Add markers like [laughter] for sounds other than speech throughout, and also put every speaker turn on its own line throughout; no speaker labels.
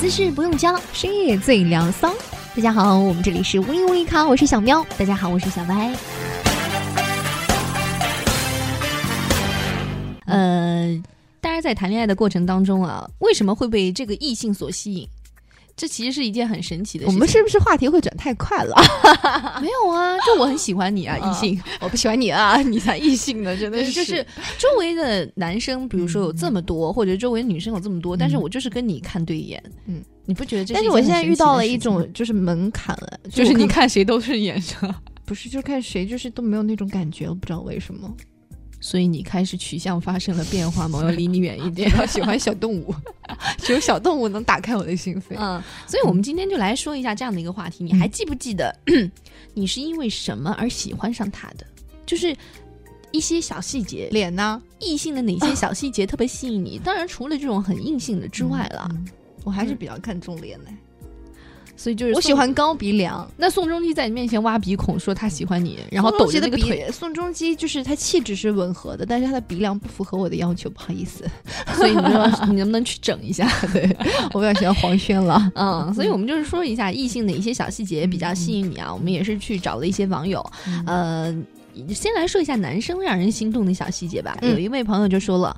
姿势不用教，
深夜最疗骚。大家好，我们这里是微微咖，我是小喵。大家好，我是小白。
嗯
呃，大家在谈恋爱的过程当中啊，为什么会被这个异性所吸引？这其实是一件很神奇的事
我
情。
们是不是话题会转太快了？
[laughs] 没有啊，就我很喜欢你啊，
啊
异性。
[laughs] 我不喜欢你啊，你才异性呢，真的
对，就是周围的男生，比如说有这么多，或者周围女生有这么多，但是我就是跟你看对眼，
嗯，
你不觉得
[laughs]
这？
但是我现在遇到了一，种就是门槛了，
就是
我
你
看
看谁都顺眼，是吧？
不是就是看谁就是都没有那种感觉，我不知道为什
[laughs]
么。
[laughs] 所以你开始取向发生了变化嘛，我要离你远一点
比。较喜欢小动物， [laughs] 只有小动物能打开我的心扉。
嗯，所以我们今天就来说一下这样的一个话题，
嗯
你还记不记得 [clears throat] 你是因为什么而喜欢上他的？就是一些小细节，
脸呢？
异性的哪
啊
些小细节特别吸引你？当然，除了这种很硬性的之外嗯啦，
嗯我还是比较看重脸的。
所以就是
我
宋
喜欢高鼻梁，
那宋仲基在你面前挖鼻孔说他喜
[laughs]
欢你，然后
宋
抖
仲基
着
的
那个腿，
鼻。宋仲基就是他气质是吻合的，但是他的鼻梁不符合我的要求，不好意思， [laughs]
所以你说你能不能去整一下？对，
我比较喜欢黄轩
[laughs]
了。
嗯，所以我们就是说一下异性的一些小细节比较吸引你啊，我们也是去找了一些网友，
呃，
呃，先来说一下男生让人心动的小细节吧。
嗯
有一位朋友就说了，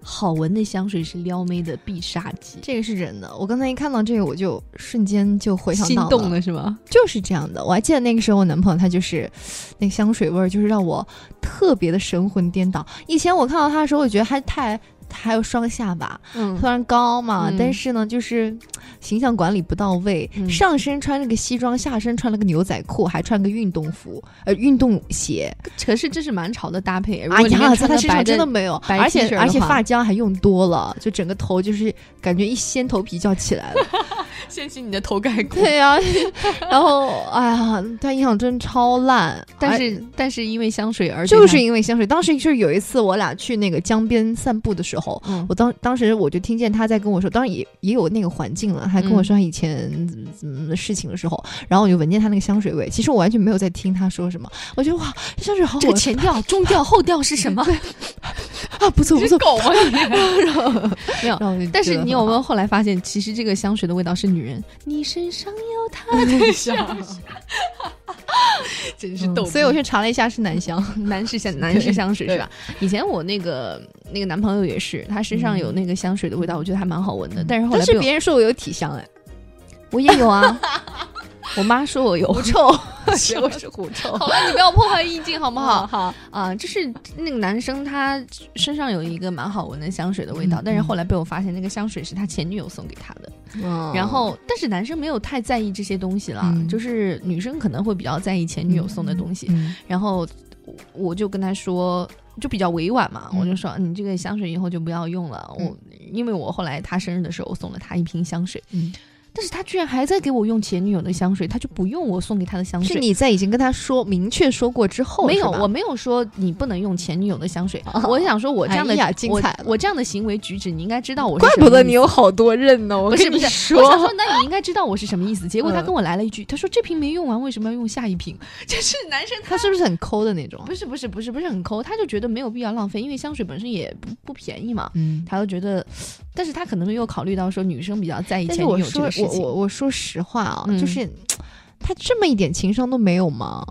好闻的香水是撩妹的必杀技，
这个是人的，我刚才一看到这个，我就瞬间就回想到
了是吗？
就是这样的。我还记得那个时候，我男朋友他就是那个香水味儿，就是让我特别的神魂颠倒。以前我看到他的时候，我觉得他太他还有双下巴，
[laughs] 嗯
虽然高嘛，
嗯
但是呢，就是形象管理不到位，
嗯
上身穿了个西装，下身穿了个牛仔裤，还穿个运动服，呃，运动鞋。
可是这是蛮潮的搭配。如
哎
果你
呀，
还
在
穿
他
的
身
白
上真的
的，
没有，
白
而
T 恤
且
的
而且
话
发胶还用多了，就整个头就是感觉一掀头皮就要起来了。
[laughs] 掀起你的头盖骨
[laughs] 对呀、 [laughs] 然后哎呀，他印象真超烂，
但
哎
是但是因为香水而
就
对
是
他
因为香水，当时就是有一次我俩去那个江边散步的时候，
嗯
我当当时我就听见他在跟我说，当然也也有那个环境了，他跟我说他以前怎么的事情的时候，然后我就闻见他那个香水味，其实我完全没有在听他说什么，我觉得哇，这香水好好
这个
闻
前调、中调、后调
[laughs]
是什么？
啊，不错不错，
狗啊
[laughs]
你！没有。
然后我就觉
但是
得
你
很
有没
好
有后来发现，其实这个香水的味道是女人？你身上有她的香水，真是
嗯所以我去查了一下是男香，
[laughs] 男士香男士香水
对
是吧？以前我那个那个男朋友也是，他身上有那个香水的味道，我觉得还蛮好闻的。但是后来
嗯但是
被我
别人说我有体香哎，
我也
[laughs]
有啊，我妈说我有狐臭，结果是狐 [laughs] 臭。好了，你不要破坏意境好不好？好啊，就是那个男生他身上有一个蛮好闻的香水的味道，
嗯
但是后来被我发现那个香水是他前女友送给他的。然后，但是男生没有太在意这些东西啦，
哦嗯
就是女生可能会比较在意前女友送的东西。
嗯
然后我我就跟他说，就比较委婉嘛，
嗯
我就说你这个香水以后就不要用了。
嗯
我因为我后来他生日的时候，我送了他一瓶香水，
嗯
但是他居然还在给我用前女友的香水，他就不用我送给他的香水。
嗯是你在已经跟他说明确说过之后
没有，
是吧
我没有说你不能用前女友的香水。
哦
我想说，我这样的、
哎呀精彩了
我，我这样的行为举止，你应该知道我是
怪
什么
不得
意思
你有好多任呢，我
不是
跟
不
你
是，
说
我想说，那你应该知道我是什么意思。结果他
嗯
跟我来了一句，他说这瓶没用完，为什么要用下一瓶？就是男生他
他是不是很抠的那种？
不是不是不是不是很抠，他就觉得没有必要浪费，因为香水本身也不不便宜嘛。
嗯，
他就觉得，但是他可能没有考虑到说女生比较在意
但
前
是
女
我
友这
说
个事
我
情。
我我说实话啊，
嗯
就是他这么一点情商都没有吗？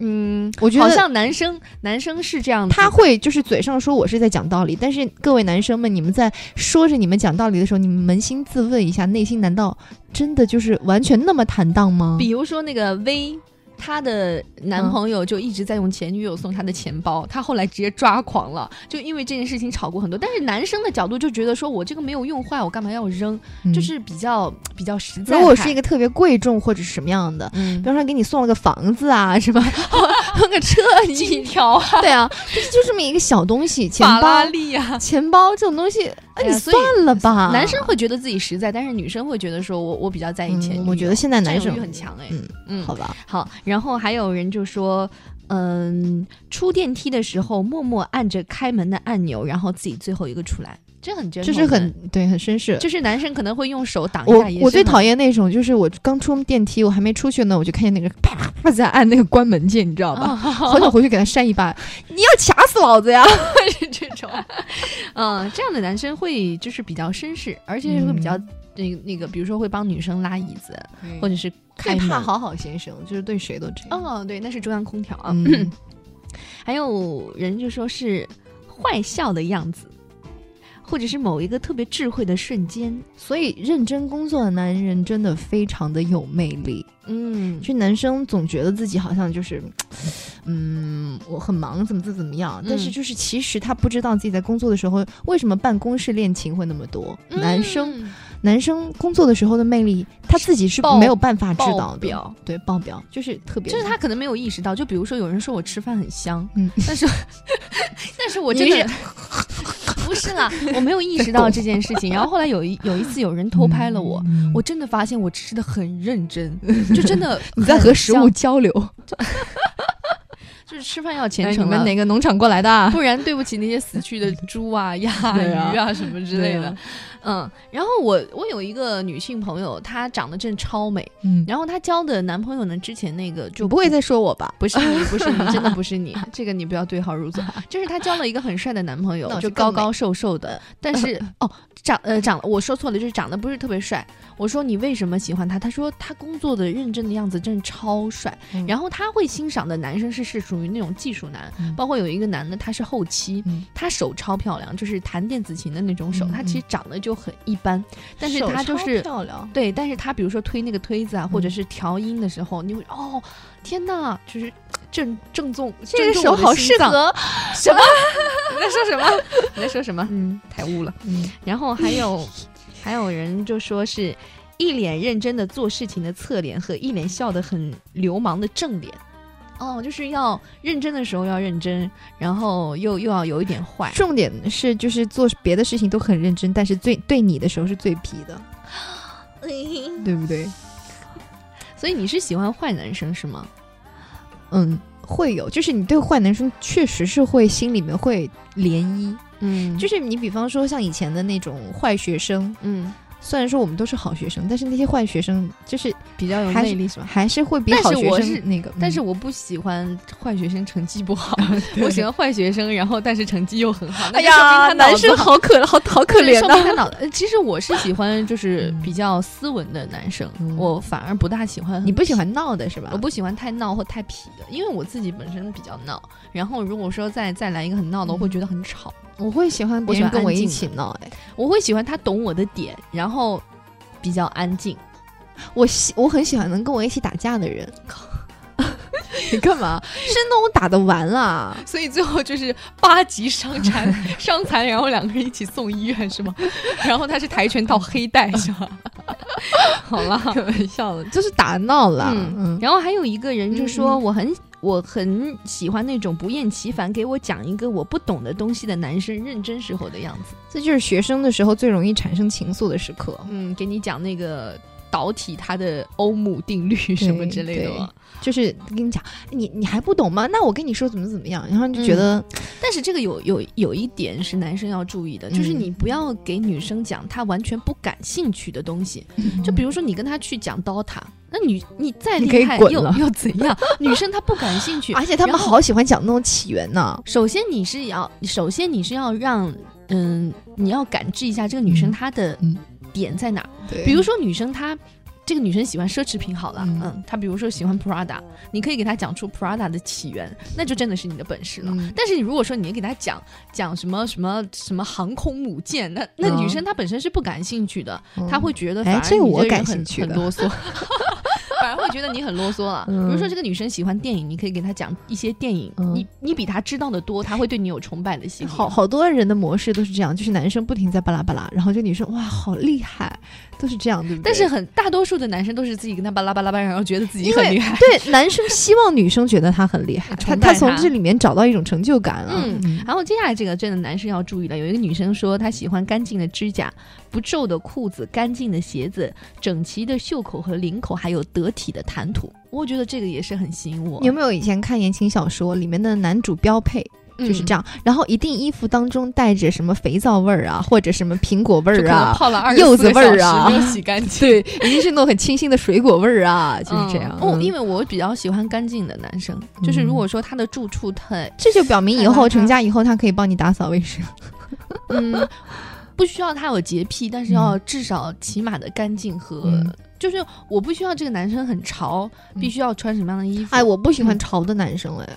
嗯，
我觉
好
得
像男生男生是这样子，
他会就是嘴上说我是在讲道理，但是各位男生们，你们在说着你们讲道理的时候，你们扪心自问一下，内心难道真的就是完全那么坦荡吗？
比如说那个 V。她的男朋友就一直在用前女友送她的钱包，她后来直接抓狂了，就因为这件事情吵过很多。但是男生的角度就觉得说，我这个没有用坏，我干嘛要扔？
嗯
就是比较比较实在派。
如果是一个特别贵重或者是什么样的。
嗯
比方说给你送了个房子啊，
[laughs]
是吧？送个车，
金
你
条啊、
对啊，就是就这么一个小东西，钱
法
包
拉、利啊，
钱包这种东西，哎，
哎呀
你
所以
算了吧。
[laughs] 男生会觉得自己实在，但是女生会觉得说我我比较在意前女友、
嗯我觉得现在
占
男
有
生
欲很强哎、
嗯
嗯，
好吧，
好，然后还有人就说，嗯，出电梯的时候默默按着开门的按钮，然后自己最后一个出来，这很真，
就是很，对，很绅士。
就是男生可能会用手挡一
我
下，也
我
是
最
很
讨厌那种，就是我刚出电梯，我还没出去呢，我就看见那个啪啪啪在按那哦 [laughs] 个关门键，你知道吧？好想回去给他扇一巴，你要卡死老子呀！
会是这种。 [laughs] 头。嗯，这样的男生会就是比较绅士，而且会比较
嗯
那个那个，比如说会帮女生拉椅子，或者是开
最怕
门。
好好先生，就是对谁都这样。
哦，对，那是中央空调啊。
[laughs] 嗯，
还有人就说是坏笑的样子，或者是某一个特别智慧的瞬间。
所以认真工作的男人真的非常的有魅力。
嗯
就男生总觉得自己好像就是，嗯，我很忙，怎么怎么怎么样。但是
嗯
就是其实他不知道自己在工作的时候，为什么办公室恋情会那么多？男生男生工作的时候的魅力，他自己是
爆
没有办法知道
爆
的。
表
对爆表就是特别，
就是他可能没有意识到，就比如说有人说我吃饭很香，
嗯
但是 [laughs] 但是我
你
真的 [laughs] 不是啦，我没有意识到这件事情。然后后来有一有一次有人偷拍了我，
嗯
我真的发现我吃的很
[laughs]
认真，就真的
你在和食物
很香，
交流，
[laughs] 就是吃饭要
哎
虔诚
你们
了。
哪个农场过来的啊？
不然对不起那些死去的猪啊、鸭、
对啊
鱼啊什么之类
对
的
啊，
嗯，然后我我有一个女性朋友，她长得真的超美，
嗯，
然后她交的男朋友呢，之前那个就
就不会再说我吧？
不是你，不是你，真的不是
[laughs]
你，这个你不要对号入座。就是她交了一个很帅的男朋
那
友，
我
就
就更美
高高瘦瘦
[laughs]
的，但是哦，长呃长，我说错了，就是长得不是特别帅。我说你为什么喜欢他？他说他工作的认真的样子真的超帅。
嗯
然后他会欣赏的男生是是属于那种技术男，
嗯
包括有一个男的他是后期，
嗯
他手超漂亮，就是弹电子琴的那种手，
嗯
他其实长得就很一般，但是
手
他就
超
是
漂亮，
对，但是他比如说推那个推子啊，或者
嗯
是调音的时候，你会哦，天呐，就是正正中
这个手好适。合。
什么？你在说什么？你在说什么？
嗯
太污了。
嗯，
然后还有还有人就说是一脸认真的做事情的侧脸和一脸笑的很流氓的正脸。哦，就是要认真的时候要认真，然后又又要有一点坏。
重点是就是做别的事情都很认真，但是最对你的时候是最皮的，
哎
对不对？
所以你是喜欢坏男生是吗？
嗯，会有，就是你对坏男生确实是会心里面会涟漪，
嗯就
就是你比方说像以前的那种坏学生，
嗯
虽然说我们都是好学生，但是那些坏学生就是
比较有
还是
魅力是吧？
还是会比
但是
好学
我是
生那个，
但是
嗯
我不喜欢坏学生成绩不好， [laughs]
[laughs]
我喜欢坏学生，然后但是成绩又很好。那
哎
就说明
呀，
他脑
男
子
生好可好好可
对
怜
说
呐、
明他脑子呃其实我是喜欢就是
嗯
比较斯文的男生，
嗯
我反而不大喜欢。
你不喜？欢闹的是吧？
我不喜欢太闹或太痞的，因为我自己本身比较闹。然后如果说再再来一个很闹的，
嗯
我会觉得很吵。
我会喜欢
我
别
喜
人
欢
跟我
安
一
静
起闹、哎，
我会喜欢他懂我的点，然后比较安静。
我喜我很喜欢能跟我一起打架的人。 [laughs] 你干嘛？是那种打的完了，
所以最后就是八级伤 [laughs] 残，伤残，然后两个人一起送医院是吗？然后他是跆拳道黑带是吗？ [laughs] 好了，
开玩笑的，就是打闹了。
嗯
嗯，
然后还有一个人就说
嗯嗯
我很我很喜欢那种不厌其烦给我讲一个我不懂的东西的男生认真时候的样子。
这就是学生的时候最容易产生情愫的时刻，
嗯，给你讲那个导体它的欧姆定律什么之类的啊嘛。
就是跟你讲，你你还不懂吗？那我跟你说怎么怎么样，然后你
嗯
就觉得，
但是这个有有有一点是男生要注意的，就是
嗯
你不要给女生讲她完全不感兴趣的东西。就
就
比
比如
如说你跟她去讲 DOTA，那女你再
嗯你可以
厉害
滚
又
了
又怎样？女生她不感兴趣，
而且他们
然后
好喜欢讲那种起源呢。
首先你是要，首先你是要让，嗯，你要感知一下这个女生
嗯
她的
嗯
点在哪儿。
对
比如说女生她，这个女生喜欢奢侈品好了，
嗯
嗯，她比如说喜欢 Prada，你可以给她讲出 Prada 的起源，那就真的是你的本事了。
嗯
但是你如果说你给她讲讲什么什么什么航空母舰，那那
嗯
女生她本身是不感兴趣的，
嗯
她会觉得
哎
反而
这个
你
我
人
感
很
兴趣
很
的 [laughs]
啰嗦。 [laughs] 反而会觉得你很啰嗦了。
嗯
比如说，这个女生喜欢电影，你可以给她讲一些电影，
嗯
你你比她知道的多，她会对你有崇拜的心理。
好，好多人的模式都是这样，就是男生不停在巴拉巴拉，然后这女生哇好厉害，都是这样，对不对？
嗯但是很大多数的男生都是自己跟她巴拉巴拉巴拉，然后觉得自己
因
很
为
厉害。
对男生希望女生觉得他很厉害，他
崇拜
他从
他
这里面找到一种成就感了。啊
嗯然后接下来这个真的男生要注意了，有一个女生说她喜欢干净的指甲、不皱的裤子、干净的鞋子、整齐的袖口和领口，还有得体的谈吐。我觉得这个也是很吸引我
你。有没有以前看言情小说里面的男主标配
嗯
就是这样。然后一定衣服当中带着什么肥皂味儿啊，或者什么苹果味儿啊，
泡了二
柚子味 [laughs] 儿啊
没有洗干净。
对，一定是那种很清新的水果味儿啊，就是这样。
嗯哦，
嗯
因为我比较喜欢干净的男生，就是如果说他的住处太，
这就表明以
太邋
后
遢
成家以后，他可以帮你打扫卫
[laughs]
生。
嗯， [laughs] 不需要他有洁癖，但是要至少起码的干净和，
嗯
就是我不需要这个男生很潮，
嗯
必须要穿什么样的衣服。
哎，我不喜欢潮的男生，哎，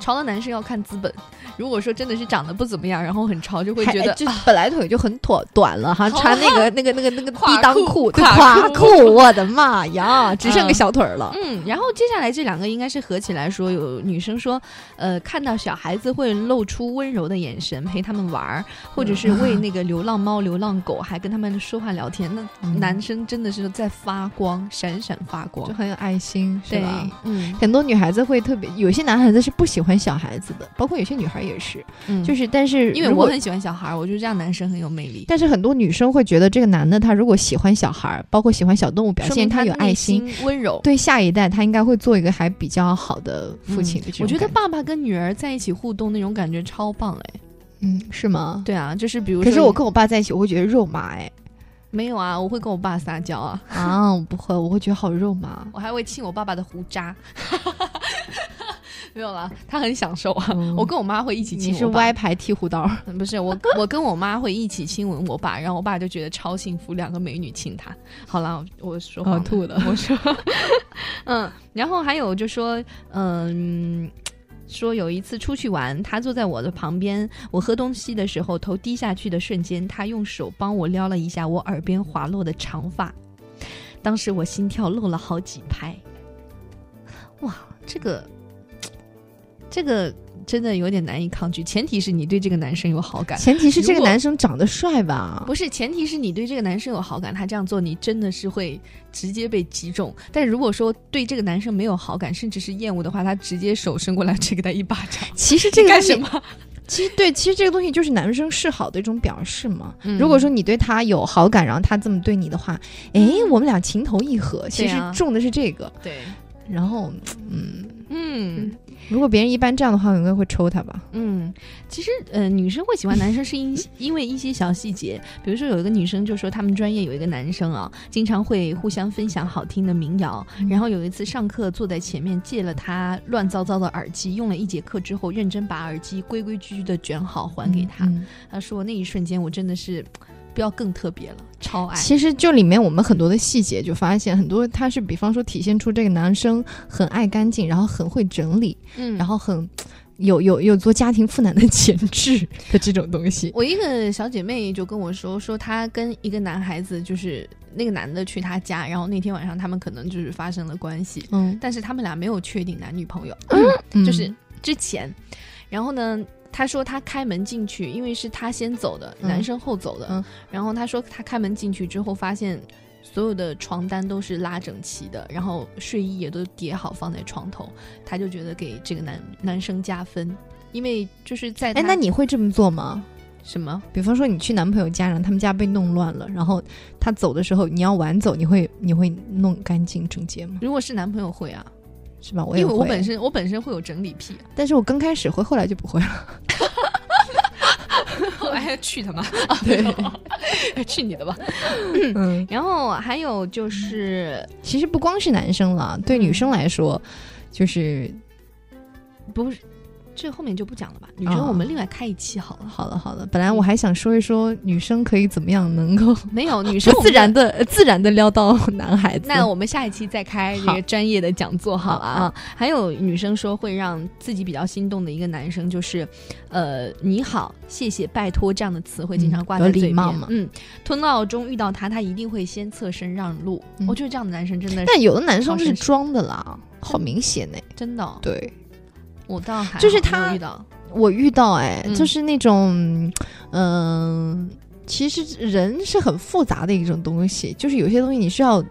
潮的男生要看资本，如果说真的是长得不怎么样，然后很潮，就会觉得
还
啊
就本来腿就很短短了哈，
好啊
穿那个那个那个
[laughs]
那个
垮
低裆
裤
裤，对，
垮
垮
裤
裤，我的妈呀，只剩个
嗯
小腿儿了。
嗯，然后接下来这两个应该是合起来说，有女生说，呃，看到小孩子会露出温柔的眼神陪他们玩儿，或者是喂那个流浪猫、流浪狗，还跟他们说话聊天。那
嗯
男生真的是在发光，闪闪发光
就。很有爱心，是
嗯对
吧？，
嗯
很多女孩子会特别，有些男孩子是不喜欢小孩子的，包括有些女孩也是，
嗯，
就是是但是
因为
如
我
果
很喜欢小孩儿，我觉得这样男生很有魅力，
但是很多女生会觉得这个男的他如果喜欢小孩儿，包括喜欢小动物，表
说
现
明他
有爱
内
心，
心、温柔。
对下一代他应该会做一个还比较好的父亲的这种
嗯我觉得
感
爸爸跟女儿在一起互动那种感觉超棒哎。
嗯是吗？
对啊，就是比如
可
说，
是我跟我爸在一起，我会觉得肉麻哎
没有啊，我会跟我爸撒娇啊，
啊，我不会，我会觉得好肉麻。
我还会亲我爸爸的胡渣。 [laughs] 没有啦，他很享受啊。
嗯
我跟我妈会一起
你
亲
是
我爸，
歪牌剃胡
[laughs]
刀，
嗯不是我，我跟我妈会一起亲吻我爸，然后我爸就觉得超幸福，两个美女亲他。好啦，我我说
我
谎了，
哦吐了。
我说， [laughs] 嗯，然后还有就说，嗯。说有一次出去玩，他坐在我的旁边，我喝东西的时候头低下去的瞬间，他用手帮我撩了一下我耳边滑落的长发，当时我心跳漏了好几拍。哇，这个，这个真的有点难以抗拒，前提是你对这个男生有好感。
前提是这
如
个
果
男生长得帅吧？
不是，前提是你对这个男生有好感，他这样做你真的是会直接被击中。但如果说对这个男生没有好感，甚至是厌恶的话，他直接手伸过来直给他一巴掌，
[laughs] 其实这个
干
东
什
西
么？
[laughs] 其实对，其实这个东西就是男生示好的一种表示嘛。
嗯
如果说你对他有好感，然后他这么对你的话，哎，我们俩情投意合，其实
嗯啊
中的是这个。
对，
然后，嗯，
嗯
如果别人一般这样的话，我应该会抽他吧。
嗯，其实呃，女生会喜欢男生是因因为一些小细节，比如说有一个女生就说他们专业有一个男生啊，经常会互相分享好听的民谣，然后有一次上课坐在前面借了他乱糟糟的耳机，用了一节课之后，认真把耳机规规矩矩的卷好还给他。
嗯
他说那一瞬间我真的是不要更特别了，超爱。
嗯其实就里面我们很多的细节就发现，很多他是比方说体现出这个男生很爱干净，然后很会整理，
嗯
然后很有有有做家庭妇男的 [laughs] 潜质的这种东西。
我一个小姐妹就跟我说，说她跟一个男孩子，就是那个男的去她家，然后那天晚上他们可能就是发生了关系，
嗯，
但是他们俩没有确定男女朋友，
嗯
就是之前，然后呢。她说她开门进去，因为是她先走的，
嗯
男生后走的。
嗯
然后她说她开门进去之后，发现所有的床单都是拉整齐的，然后睡衣也都叠好放在床头，她就觉得给这个男男生加分，因为就是在
哎，
她
那你会这么做吗？
什么？
比方说你去男朋友家，然后他们家被弄乱了，然后他走的时候，你要晚走，你会你会弄干净整洁吗？
如果是男朋友会啊，
是吧？我也
因为
会，
我本身我本身会有整理 [laughs] 癖，
但是我刚开始会，后来就不会了。 [laughs]
后来哎去 [laughs] 他妈，
对， [laughs]
[laughs] 去你的吧。
嗯，
然后还有就是，
其实不光是男生了，对女生来说，就是
不是这后面就不讲了吧？女生
啊
我们另外开一期好
[laughs]
了。
好了好了，本来我还想说一说女生可以怎么样能
[laughs]
够
没有女生
不自然
的。
的呃自然的撩到男孩子。
那我们下一期再开这
好
个专业的讲座好了
好
啊。还有女生说会让自己比较心动的一个男生就是，呃，你好、谢谢、拜托这样的词汇经常挂在
嗯有
嘴
礼貌
边
嘛。
嗯，通道中遇到他，他一定会先侧身让路。
嗯
我觉得这样的男生真的是
但有的男生
好
是
绅士
装的啦，好明显呢、
真的哦，
对，
我倒还
就是
好没有
他
遇到。
我遇到哎，
嗯
就是那种，嗯、其实人是很复杂的一种东西，就是有些东西你需要。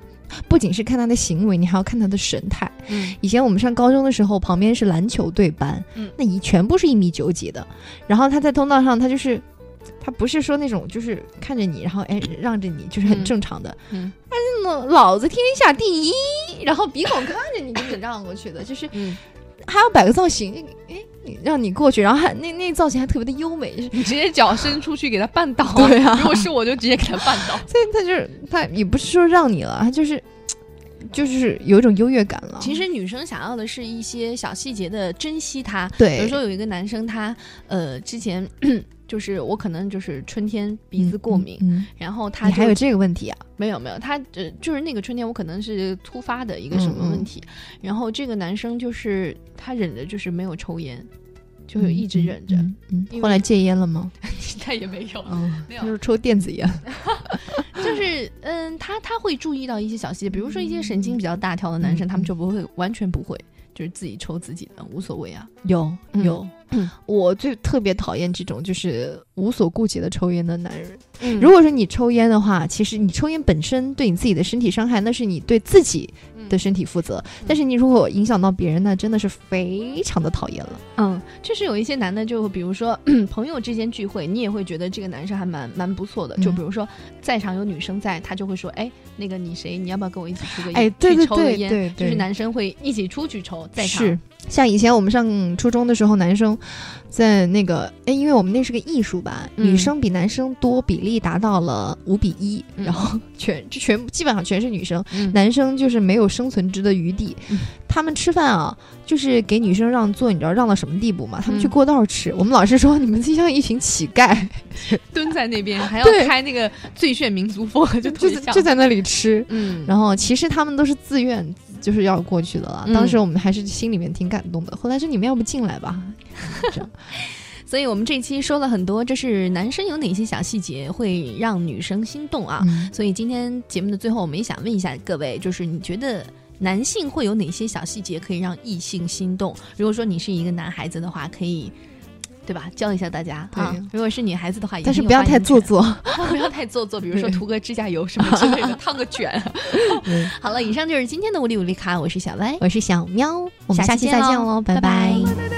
不仅是看他的行为，你还要看他的神态。
嗯
以前我们上高中的时候，旁边是篮球队班，
嗯
那一全部是一米九几的。然后他在通道上，他就是，他不是说那种就是看着你，然后哎让着你，就是很
嗯
正常的。
嗯
那种老子天下第一，然后鼻孔看着你给你让过去的，就是
嗯，
还要摆个造型，哎，你让你过去，然后还那那造型还特别的优美，
[laughs] 你直接脚伸出去给他绊倒。
对啊
如果是我就直接给他绊倒。
所以他就是他也不是说让你了，他就是就是有一种优越感了。
其实女生想要的是一些小细节的珍惜它，
对，
比如说有一个男生他呃之前 [clears throat] 就是我可能就是春天鼻子过敏，
嗯，嗯
然后他
你还
就
有这个问题啊？
没有没有，他呃就是那个春天，我可能是突发的一个什
嗯
么问题，然后这个男生就是他忍着，就是没有抽烟，就
嗯
一直忍着， [laughs]
嗯嗯
因为哦
后来戒烟了吗？
他也没有，
嗯，
没有
就是抽电子烟。
就是嗯，他他会注意到一些小细节，比如说一些神经比较大条的男生，
嗯
他们就不会完全不会，就是自己抽自己的，无所谓啊。
有
嗯
有
嗯，
我最特别讨厌这种就是无所顾忌的抽烟的男人。
嗯
如果说你抽烟的话，其实你抽烟本身对你自己的身体伤害，那是你对自己
嗯
的身体负责。但是你如果影响到别人，那真的是非常的讨厌了。
嗯，就是有一些男的，就比如说 [clears throat] 朋友之间聚会，你也会觉得这个男生还蛮蛮不错的。就
嗯
比如说在场有女生在，他就会说：“哎，那个你谁，你要不要跟我一起去个烟
哎，对
去
对
抽个
对
烟？”
对
就
对，
是男生会一起出去抽，在场
是像以前我们上初中的时候，男生在那个，哎，因为我们那是个艺术班，
嗯
女生比男生多，比例达到了五比一、
嗯
然后 [laughs] 全就全基本上全是女生，
嗯
男生就是没有生存之的余地。
嗯
他们吃饭啊，就是给女生让座，你知道让到什么地步吗？他们去
嗯
过道吃。我们老师说，你们就像一群乞
[laughs]
丐，
蹲在那边
[laughs]
还要
对
开那个最炫民族风，就特
就
别像
就在那里吃。
嗯，
然后其实他们都是自愿，就是要过去的了。
嗯
当时我们还是心里面挺感动的。后来说你们要不进来吧，
所以我们这期说了很多，这是男生有哪些小细节会让女生心动啊？
嗯
所以今天节目的最后，我们也想问一下各位，就是你觉得男性会有哪些小细节可以让异性心动？如果说你是一个男孩子的话，可以。对吧？教一下大家
对
啊！如果是女孩子的话，也
但是
很有
不要
发言
太做
权，
作。
[laughs] 不要太做作。比如说
对
涂个指甲油什么之
[laughs]
类的，烫个卷。
嗯
[laughs] 好了，以上就是今天的无理无力卡，我是小歪，
我是小喵，我们
下
下
期
期
见
再见
喽
喽，
拜拜
拜拜